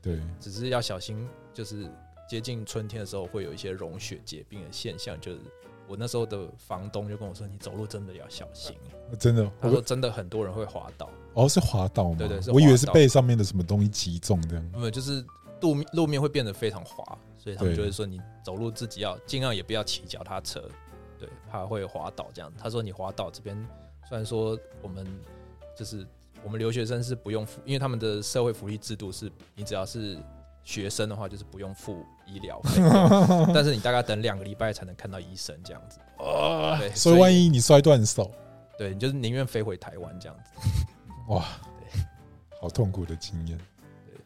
对，
只是要小心，就是接近春天的时候会有一些融雪结冰的现象，就是。我那时候的房东就跟我说：“你走路真的要小心。”
真的，
他
呃
说
我
真的很多人会滑倒，
哦是滑倒吗？
对对是
我以为是
滑倒
被上面的什么东西击中这样。
没有就是路面路面会变得非常滑，所以他们
对
就会说你走路自己要尽量也不要骑脚踏车，对，怕会滑倒这样。他说你滑倒这边，虽然说我们就是我们留学生是不用付，因为他们的社会福利制度是你只要是学生的话就是不用付医疗
<laughs>
费，但是你大概等两个礼拜才能看到医生这样子。
啊
哦对
所以
所以
万一你摔断手，
对你就是宁愿飞回台湾这样子。
哇，好痛苦的经验
对。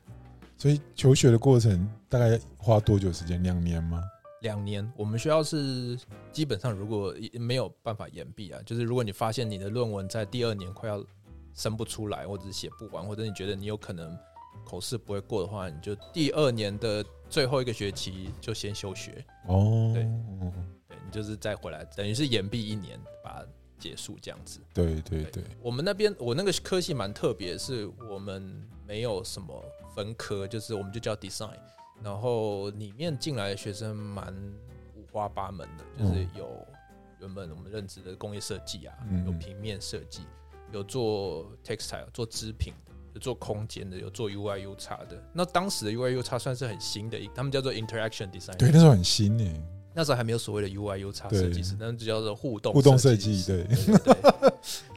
所以求学的过程大概花多久时间？两年吗？
两年，我们学校是基本上如果没有办法延毕啊，就是如果你发现你的论文在第二年快要生不出来，或者是写不完，或者你觉得你有可能口试不会过的话，你就第二年的最后一个学期就先休学，
哦，
对
嗯
对你就是再回来，等于是延毕一年把它结束这样子。
对对对，
我们那边我那个科系蛮特别，是我们没有什么分科，就是我们就叫 design，然后里面进来的学生蛮五花八门的，就是
嗯
有原本我们认知的工业设计啊，
嗯
有平面设计，有做 textile 做织品的，有做空间的，有做 UI U 叉的。那当时的 UI U 叉算是很新的一，他们叫做 interaction design，
对，那时候很新诶，
那时候还没有所谓的 UI U 叉
对
设计师，那就叫做互动
互动设
设
计
师
对，
对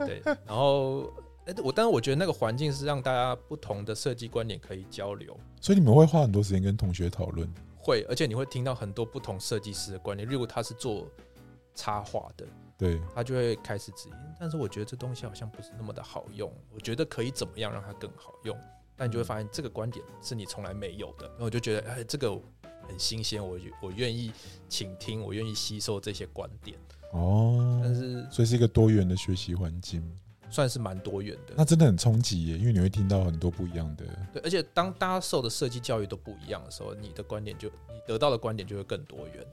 对，
<laughs>
对，然后哎、我但是我觉得那个环境是让大家不同的设计观点可以交流，
所以你们会花很多时间跟同学讨论。
会，而且你会听到很多不同设计师的观点。例如他是做插画的，
对，
他就会开始质疑，但是我觉得这东西好像不是那么的好用，我觉得可以怎么样让它更好用。但你就会发现这个观点是你从来没有的，然后我就觉得哎，这个很新鲜，我我愿意倾听，我愿意吸收这些观点，
哦，
但是
所以是一个多元的学习环境，
算是蛮多元的。
那真的很冲击耶，因为你会听到很多不一样的。
对，而且当大家受的设计教育都不一样的时候，你的观点就你得到的观点就会更多元。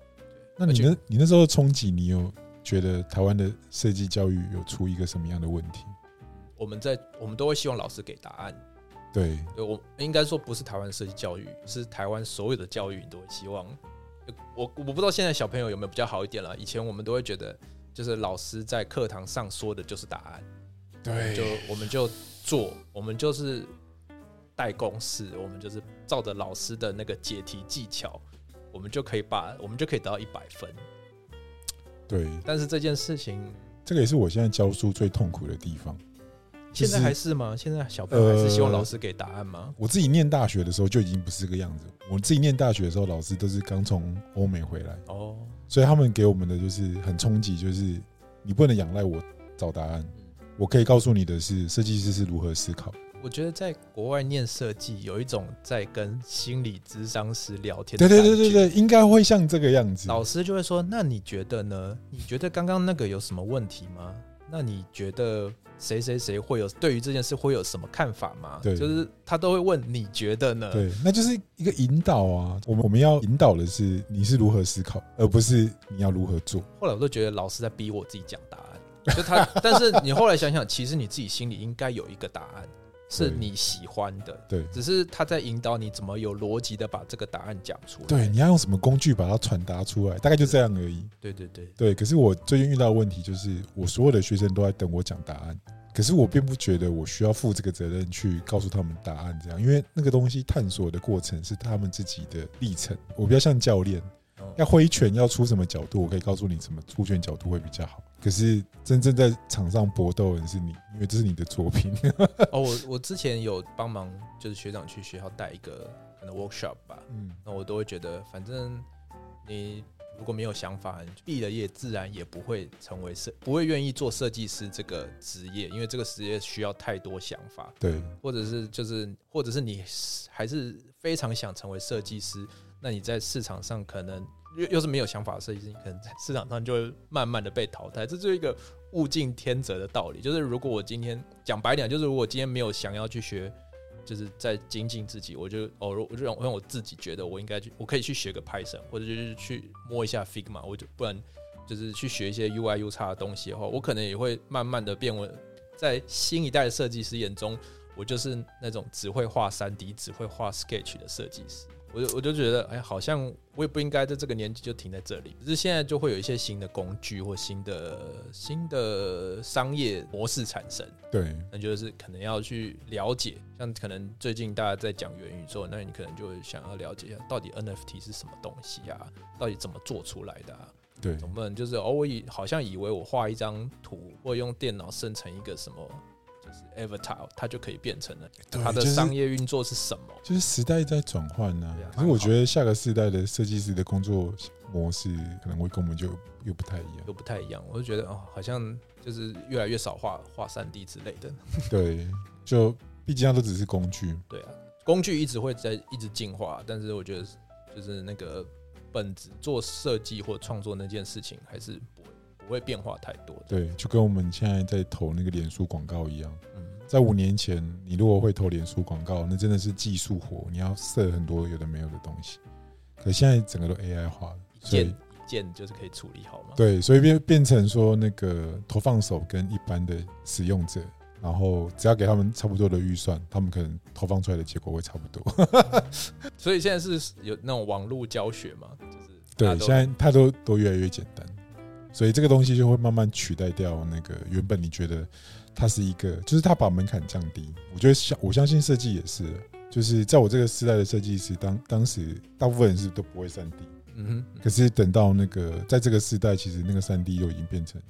那你
而且
那你那时候冲击，你有觉得台湾的设计教育有出一个什么样的问题？
我们在我们都会希望老师给答案。
对，
对我应该说不是台湾设计教育，是台湾所有的教育，你都会希望。我我不知道现在小朋友有没有比较好一点了。以前我们都会觉得，就是老师在课堂上说的就是答案，
对
就我们就做，我们就是代公式，我们就是照着老师的那个解题技巧，我们就可以把我们就可以得到一百分。
对，
但是这件事情
这个也是我现在教书最痛苦的地方。就
现在
是
还是吗？现在小朋友还是希望
呃
老师给答案吗？
我自己念大学的时候就已经不是这个样子。我自己念大学的时候，老师都是刚从欧美回来，
哦，
所以他们给我们的就是很冲击，就是你不能仰赖我找答案。
嗯
我可以告诉你的是，设计师是如何思考。
我觉得在国外念设计有一种在跟心理咨商师聊天
对
的
对
感觉。
对对对，应该会像这个样子。
老师就会说：“那你觉得呢？你觉得刚刚那个有什么问题吗？那你觉得谁谁谁会有对于这件事会有什么看法吗？”
对
就是他都会问你觉得呢？
对，那就是一个引导啊。我们我们要引导的是你是如何思考，而不是你要如何做。
后来我都觉得老师在逼我自己讲答案，就他。但是你后来想想，其实你自己心里应该有一个答案，是
对
你喜欢的，
对
只是他在引导你怎么有逻辑的把这个答案讲出来。
对，你要用什么工具把它传达出来，大概就这样而已。
对对对，
对，可是我最近遇到的问题就是，我所有的学生都在等我讲答案，可是我并不觉得我需要负这个责任去告诉他们答案，这样，因为那个东西探索的过程是他们自己的历程。我比较像教练，
嗯
要挥拳要出什么角度，我可以告诉你怎么出拳角度会比较好。可是真正在场上搏斗的人是你，因为这是你的作品。
哦，我我之前有帮忙，就是学长去学校带一个可能 workshop 吧，
嗯，
那我都会觉得，反正你如果没有想法，你毕了业自然也不会成为设，不会愿意做设计师这个职业，因为这个职业需要太多想法，
对
或者是就是，或者是你还是非常想成为设计师，那你在市场上可能又又是没有想法的设计师，你可能在市场上就会慢慢的被淘汰，这就是一个物竞天择的道理。就是如果我今天讲白点，就是如果我今天没有想要去学，就是在精进自己，我就哦，我就让让我自己觉得我应该去，我可以去学个 Python，或者就是去摸一下 Figma，我就不然就是去学一些 UI U 叉的东西的话，我可能也会慢慢的变为在新一代的设计师眼中。我就是那种只会画三 D、只会画 Sketch 的设计师。我就我就觉得，哎，好像我也不应该在这个年纪就停在这里。只是现在就会有一些新的工具或新的新的商业模式产生，
对，
那就是可能要去了解。像可能最近大家在讲元宇宙，那你可能就会想要了解一下到底 NFT 是什么东西啊，到底怎么做出来的啊？
对，
总不能就是哦，我以好像以为我画一张图或用电脑生成一个什么，就是 avatar，它就可以变成了。
对
它的
就是
商业运作是什么？
就是时代在转换呢
对啊。
可是我觉得下个世代的设计师的工作模式可能会跟我们就又不太一样。
都不太一样。我就觉得哦，好像就是越来越少画画三 D 之类的。
对，就毕竟它都只是工具。
对啊，工具一直会在一直进化，但是我觉得就是那个本质，做设计或创作那件事情还是不会不会变化太多的。
对，就跟我们现在在投那个脸书广告一样，
嗯，
在五年前，你如果会投脸书广告，那真的是技术活，你要设很多有的没有的东西。可现在整个都 AI 化了，
一
所
键
以
一键就是可以处理好嘛。
对，所以变变成说那个投放手跟一般的使用者，然后只要给他们差不多的预算，他们可能投放出来的结果会差不多。
<laughs>
<laughs>
所以现在是有那种网络教学嘛，就是大
对
家，都
现在它都都越来越简单，所以这个东西就会慢慢取代掉那个原本你觉得它是一个，就是它把门槛降低。我觉得相我相信设计也是，就是在我这个时代的设计师，当当时大部分人是都不会三 D，
嗯哼嗯
可是等到那个在这个时代，其实那个三 D 又已经变成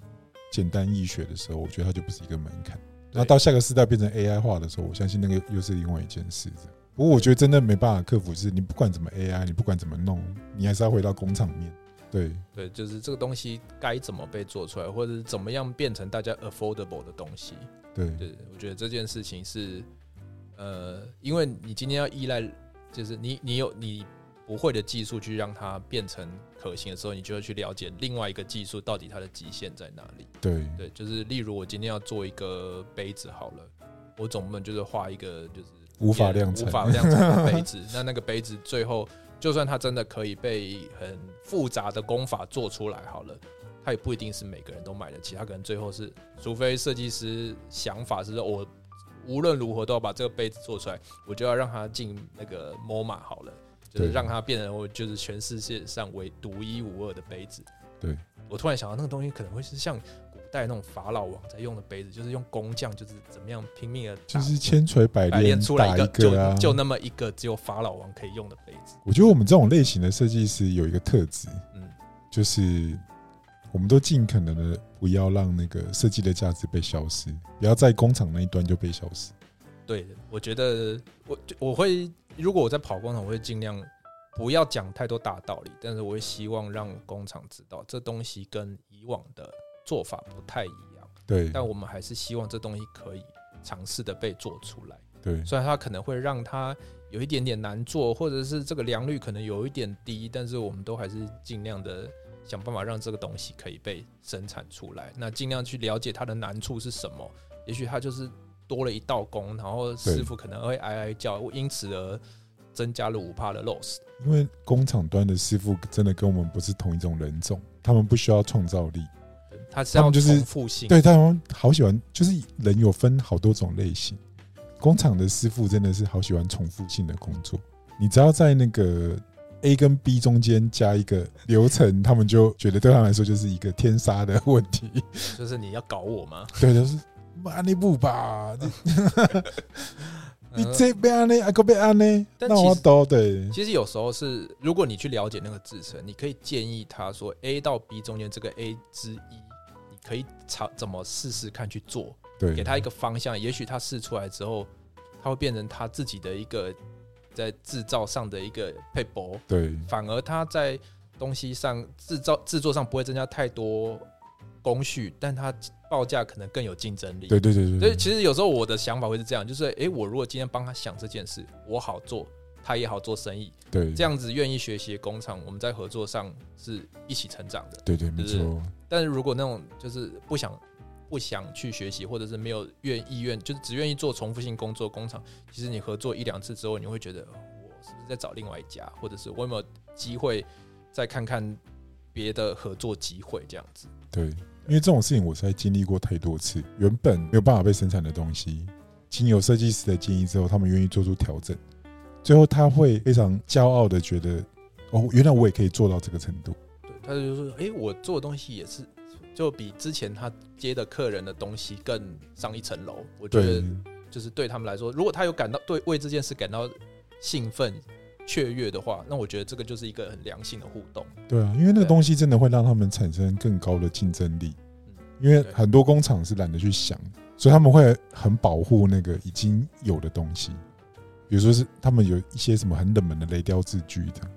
简单易学的时候，我觉得它就不是一个门槛。那到下个时代变成 AI 化的时候，我相信那个又是另外一件事。这样不过我觉得真的没办法克服，是你不管怎么 AI，你不管怎么弄，你还是要回到工厂面。对
对，就是这个东西该怎么被做出来，或者是怎么样变成大家 affordable 的东西。
对
对，我觉得这件事情是，呃，因为你今天要依赖，就是你你有你不会的技术去让它变成可行的时候，你就要去了解另外一个技术到底它的极限在哪里。
对
对，就是例如我今天要做一个杯子好了，我总不能就是画一个就是
无法量产
无法量
<laughs>
产的杯子，那那个杯子最后就算它真的可以被很复杂的工法做出来好了。它也不一定是每个人都买得起，它可能最后是，除非设计师想法是说我无论如何都要把这个杯子做出来，我就要让它进那个 MoMA 好了，就是
对
让它变成我就是全世界上唯独一无二的杯子。
对，
我突然想到那个东西可能会是像古代那种法老王在用的杯子，就是用工匠就是怎么样拼命的
就是千锤百
百炼
炼
出来
打
一
一个啊
就。就那么一个只有法老王可以用的杯子。
我觉得我们这种类型的设计师有一个特质，
嗯，
就是我们都尽可能的不要让那个设计的价值被消失，不要在工厂那一端就被消失。
对的，我觉得我我会，如果我在跑工厂，我会尽量不要讲太多大道理，但是我会希望让工厂知道这东西跟以往的做法不太一样，
对
但我们还是希望这东西可以尝试的被做出来。
对
虽然它可能会让它有一点点难做，或者是这个良率可能有一点低，但是我们都还是尽量的想办法让这个东西可以被生产出来。那尽量去了解它的难处是什么，也许它就是多了一道工，然后师傅可能会哀哀叫，因此而增加了五帕的 loss。
因为工厂端的师傅真的跟我们不是同一种人种，他们不需要创造力，
它是
他
要
们就是
重复性，
对，他们好喜欢，就是人有分好多种类型。工厂的师傅真的是好喜欢重复性的工作，你只要在那个 A 跟 B 中间加一个流程，他们就觉得对他们来说就是一个天杀的问题。 <laughs>
就是你要搞我吗？
对，就是妈那步吧，你你
嗯
这边呢，啊，个边安呢，
但
那
其
我
实
都对，
其实有时候是，如果你去了解那个制程，你可以建议他说 A 到 B 中间这个 A 之一，你可以尝怎么试试看去做，
对，
给他一个方向。也许他试出来之后，他会变成他自己的一个在制造上的一个配博，
对
反而他在东西上制造制作上不会增加太多工序，但他报价可能更有竞争力。
对对对
所以
对，
其实有时候我的想法会是这样，就是诶，我如果今天帮他想这件事，我好做，他也好做生意。
对
这样子愿意学习的工厂，我们在合作上是一起成长的。
对对没
就是
错，
但是如果那种就是不想不想去学习，或者是没有愿意愿，就是只愿意做重复性工作的工厂，其实你合作一两次之后，你会觉得哦我是不是在找另外一家，或者是我有没有机会再看看别的合作机会这样子。
对，因为这种事情我实在经历过太多次，原本没有办法被生产的东西，经由设计师的建议之后，他们愿意做出调整，最后他会非常骄傲的觉得，哦，原来我也可以做到这个程度，
对，他就说，诶，我做的东西也是。就比之前他接的客人的东西更上一层楼，我觉得
对
就是对他们来说，如果他有感到对为这件事感到兴奋、雀跃的话，那我觉得这个就是一个很良性的互动。
对啊，因为那个
对
东西真的会让他们产生更高的竞争力
嗯，
因为
对
很多工厂是懒得去想，所以他们会很保护那个已经有的东西，比如说是他们有一些什么很冷门的雷雕字具这样。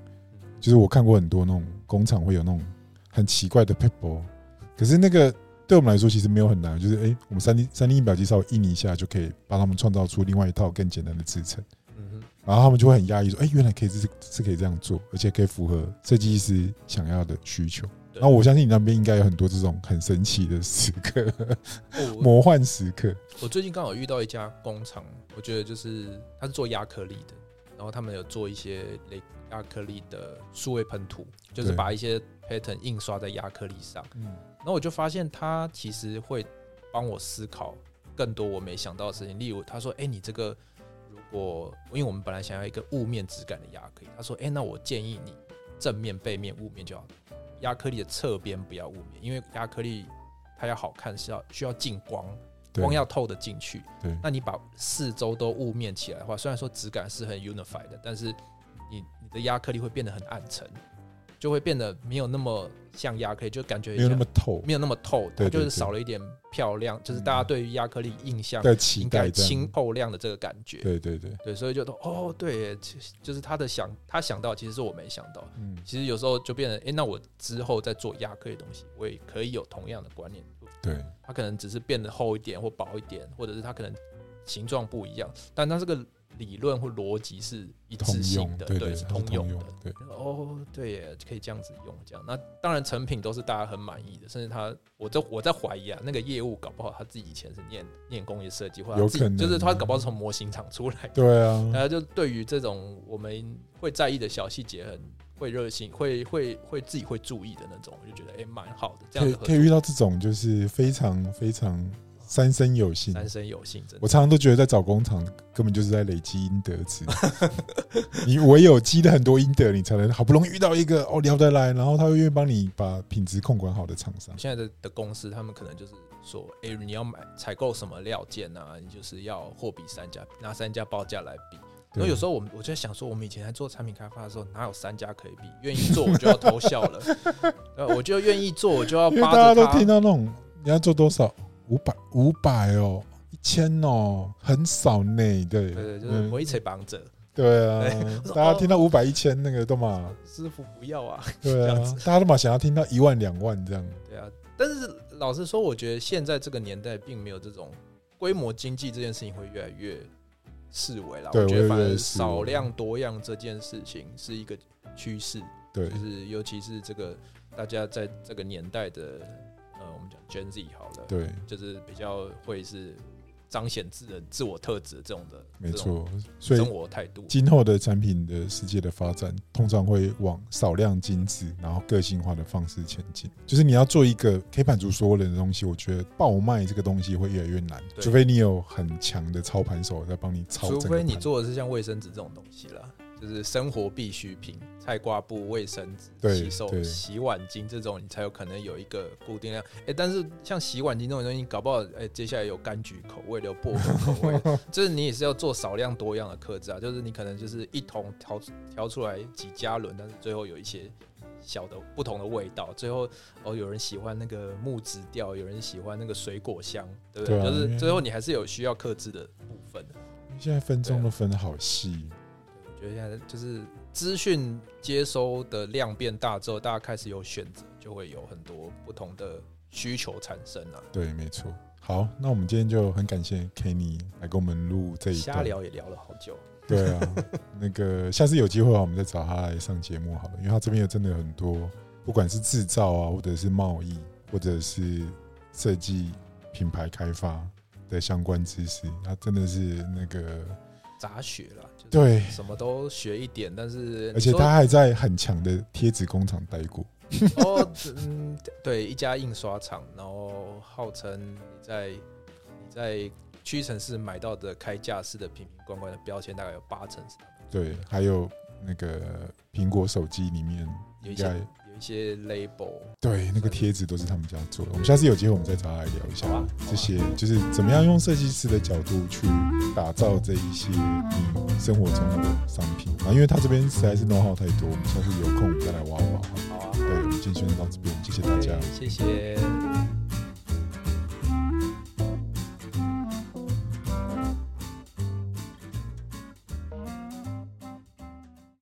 就是我看过很多那种工厂会有那种很奇怪的 paper，可是那个对我们来说其实没有很难，就是诶，我们三 D 三 D 印表机稍微印一下就可以把他们创造出另外一套更简单的制成，
嗯
然后他们就会很压抑说，诶，原来可以是是可以这样做，而且可以符合设计师想要的需求。
对
然后我相信你那边应该有很多这种很神奇的时刻，
哼， <laughs> 哦我
魔幻时刻。
我最近刚好遇到一家工厂，我觉得就是他是做亚克力的，然后他们有做一些雷亚克力的数位喷涂，就是
对
把一些 pattern 印刷在亚克力上。
嗯，
然后我就发现他其实会帮我思考更多我没想到的事情，例如他说：“哎、你这个如果因为我们本来想要一个雾面质感的亚克力，他说：哎、那我建议你正面、背面雾面就好，亚克力的侧边不要雾面，因为亚克力它要好看是要需要进光，
对
光要透得进去。
对
那你把四周都雾面起来的话，虽然说质感是很 unified 的，但是你你的亚克力会变得很暗沉，就会变得没有那么像亚克力，就感觉
没有那
像
么透
没有那么透，它
对对
就是
对
少了一点漂亮，就是大家对于亚克力印象
的期
应
待
该
这
清
样。
透亮的这个感觉。
对对对，
对，所以就都哦，对耶，其实就是他的想，他想到其实是我没想到。
嗯，
其实有时候就变成，哎、那我之后再做亚克力的东西，我也可以有同样的观念。
对
它可能只是变得厚一点或薄一点，或者是它可能形状不一样，但它这个理论或逻辑是一
通
致性
用，
的，
对对，
是
是
通
通
用
用
的
的。，对。
哦，对耶，可以这样子用，这样。那当然，成品都是大家很满意的，甚至他，我在我在怀疑啊，那个业务搞不好他自己以前是念念工业设计，或者他
有
自己
可能啊
就是他搞不好是从模型厂出来 <laughs> 的。
对啊
大，家就对于这种我们会在意的小细节很会热心，会会会自己会注意的那种，我就觉得哎，蛮、好的。
可
这样
以
子合
可
作
以遇到这种就是非常非常三生有幸。
三生有幸，真
我
的。
常常都觉得在找工厂根本就是在累积阴德值， <laughs> 你唯有积了很多阴德，你才能好不容易遇到一个哦聊得来，然后他又愿意帮你把品质控管好的厂商。
现在的的公司，他们可能就是说，哎、你要买采购什么料件啊，你就是要货比三家，拿三家报价来比。然后有时候我们我就在想说，我们以前在做产品开发的时候，哪有三家可以比？愿意做我就要偷笑
<laughs>
了，呃，我就愿意做，我就要
因为
扒
大家
着
都
它
听到那种你要做多少五百五百哦，一千哦，很少呢，对
对对，就是
嗯
我一锤绑着，
对
<laughs>
啊，
对
大家听到五百一千那个都嘛，
师傅不要啊，
对
<laughs> 这
啊
样子，
大家都嘛想要听到一万两万这样，
对啊。但是老实说，我觉得现在这个年代并没有这种规模经济这件事情会越来越视为啦。
对
我觉
我也
得反
觉
而
得是
少量多样这件事情是一个趋势，
对
就是尤其是这个大家在这个年代的呃，我们讲 Gen Z 好了，
对，
就是比较会是彰显自人自我特质这种的，
没
这种
错，所以
生活态度。
今后的产品的世界的发展，通常会往少量精致，然后个性化的方式前进。就是你要做一个可以满足所有人的东西，我觉得爆卖这个东西会越来越难，
对
除非你有很强的操盘手在帮你操整
除
个盘。
非你做的是像卫生纸这种东西啦，就是生活必需品，菜瓜布、卫生纸、
对
洗手、
对
洗碗巾这种，你才有可能有一个固定量。哎、但是像洗碗巾这种东西，搞不好哎、诶接下来有柑橘口味、有薄荷
<laughs>
口味，就是你也是要做少量多样的克制啊。就是你可能就是一桶调调出来几加仑，但是最后有一些。小的不同的味道，最后哦，有人喜欢那个木质调，有人喜欢那个水果香，对不
对
对？
啊
就
因为
是最后你还是有需要克制的部分。
现在分钟都分得好细，
我觉得现在就是资讯接收的量变大之后，大家开始有选择，就会有很多不同的需求产生啊。
对，没错。好，那我们今天就很感谢 Kenny 来跟我们录这一
瞎
段。
聊也聊了好久，
<laughs> 对啊，那个下次有机会的话，我们再找他来上节目好了，因为他这边有真的很多，不管是制造啊，或者是贸易，或者是设计、品牌开发的相关知识，他真的是那个
杂学啦，就是
对，
什么都学一点，但是
而且
你说
他还在很强的贴纸工厂待过，
哦，嗯， <laughs> 对，一家印刷厂，然后号称你在你在屈臣氏买到的开架式的瓶瓶罐罐的标签，大概有八成是他们
对，还有那个苹果手机里面
有
应
一
该
些有一些 label，
对，那个贴纸都是他们家做的。我们下次有机会，我们再找他来聊一下
好啊
这些，就是怎么样用设计师的角度去打造这一些嗯生活中的商品啊。因为他这边实在是 know how 太多，我们下次有空我们再来挖挖。
好啊，
对，我们今天先到这边，谢谢大家。
谢谢。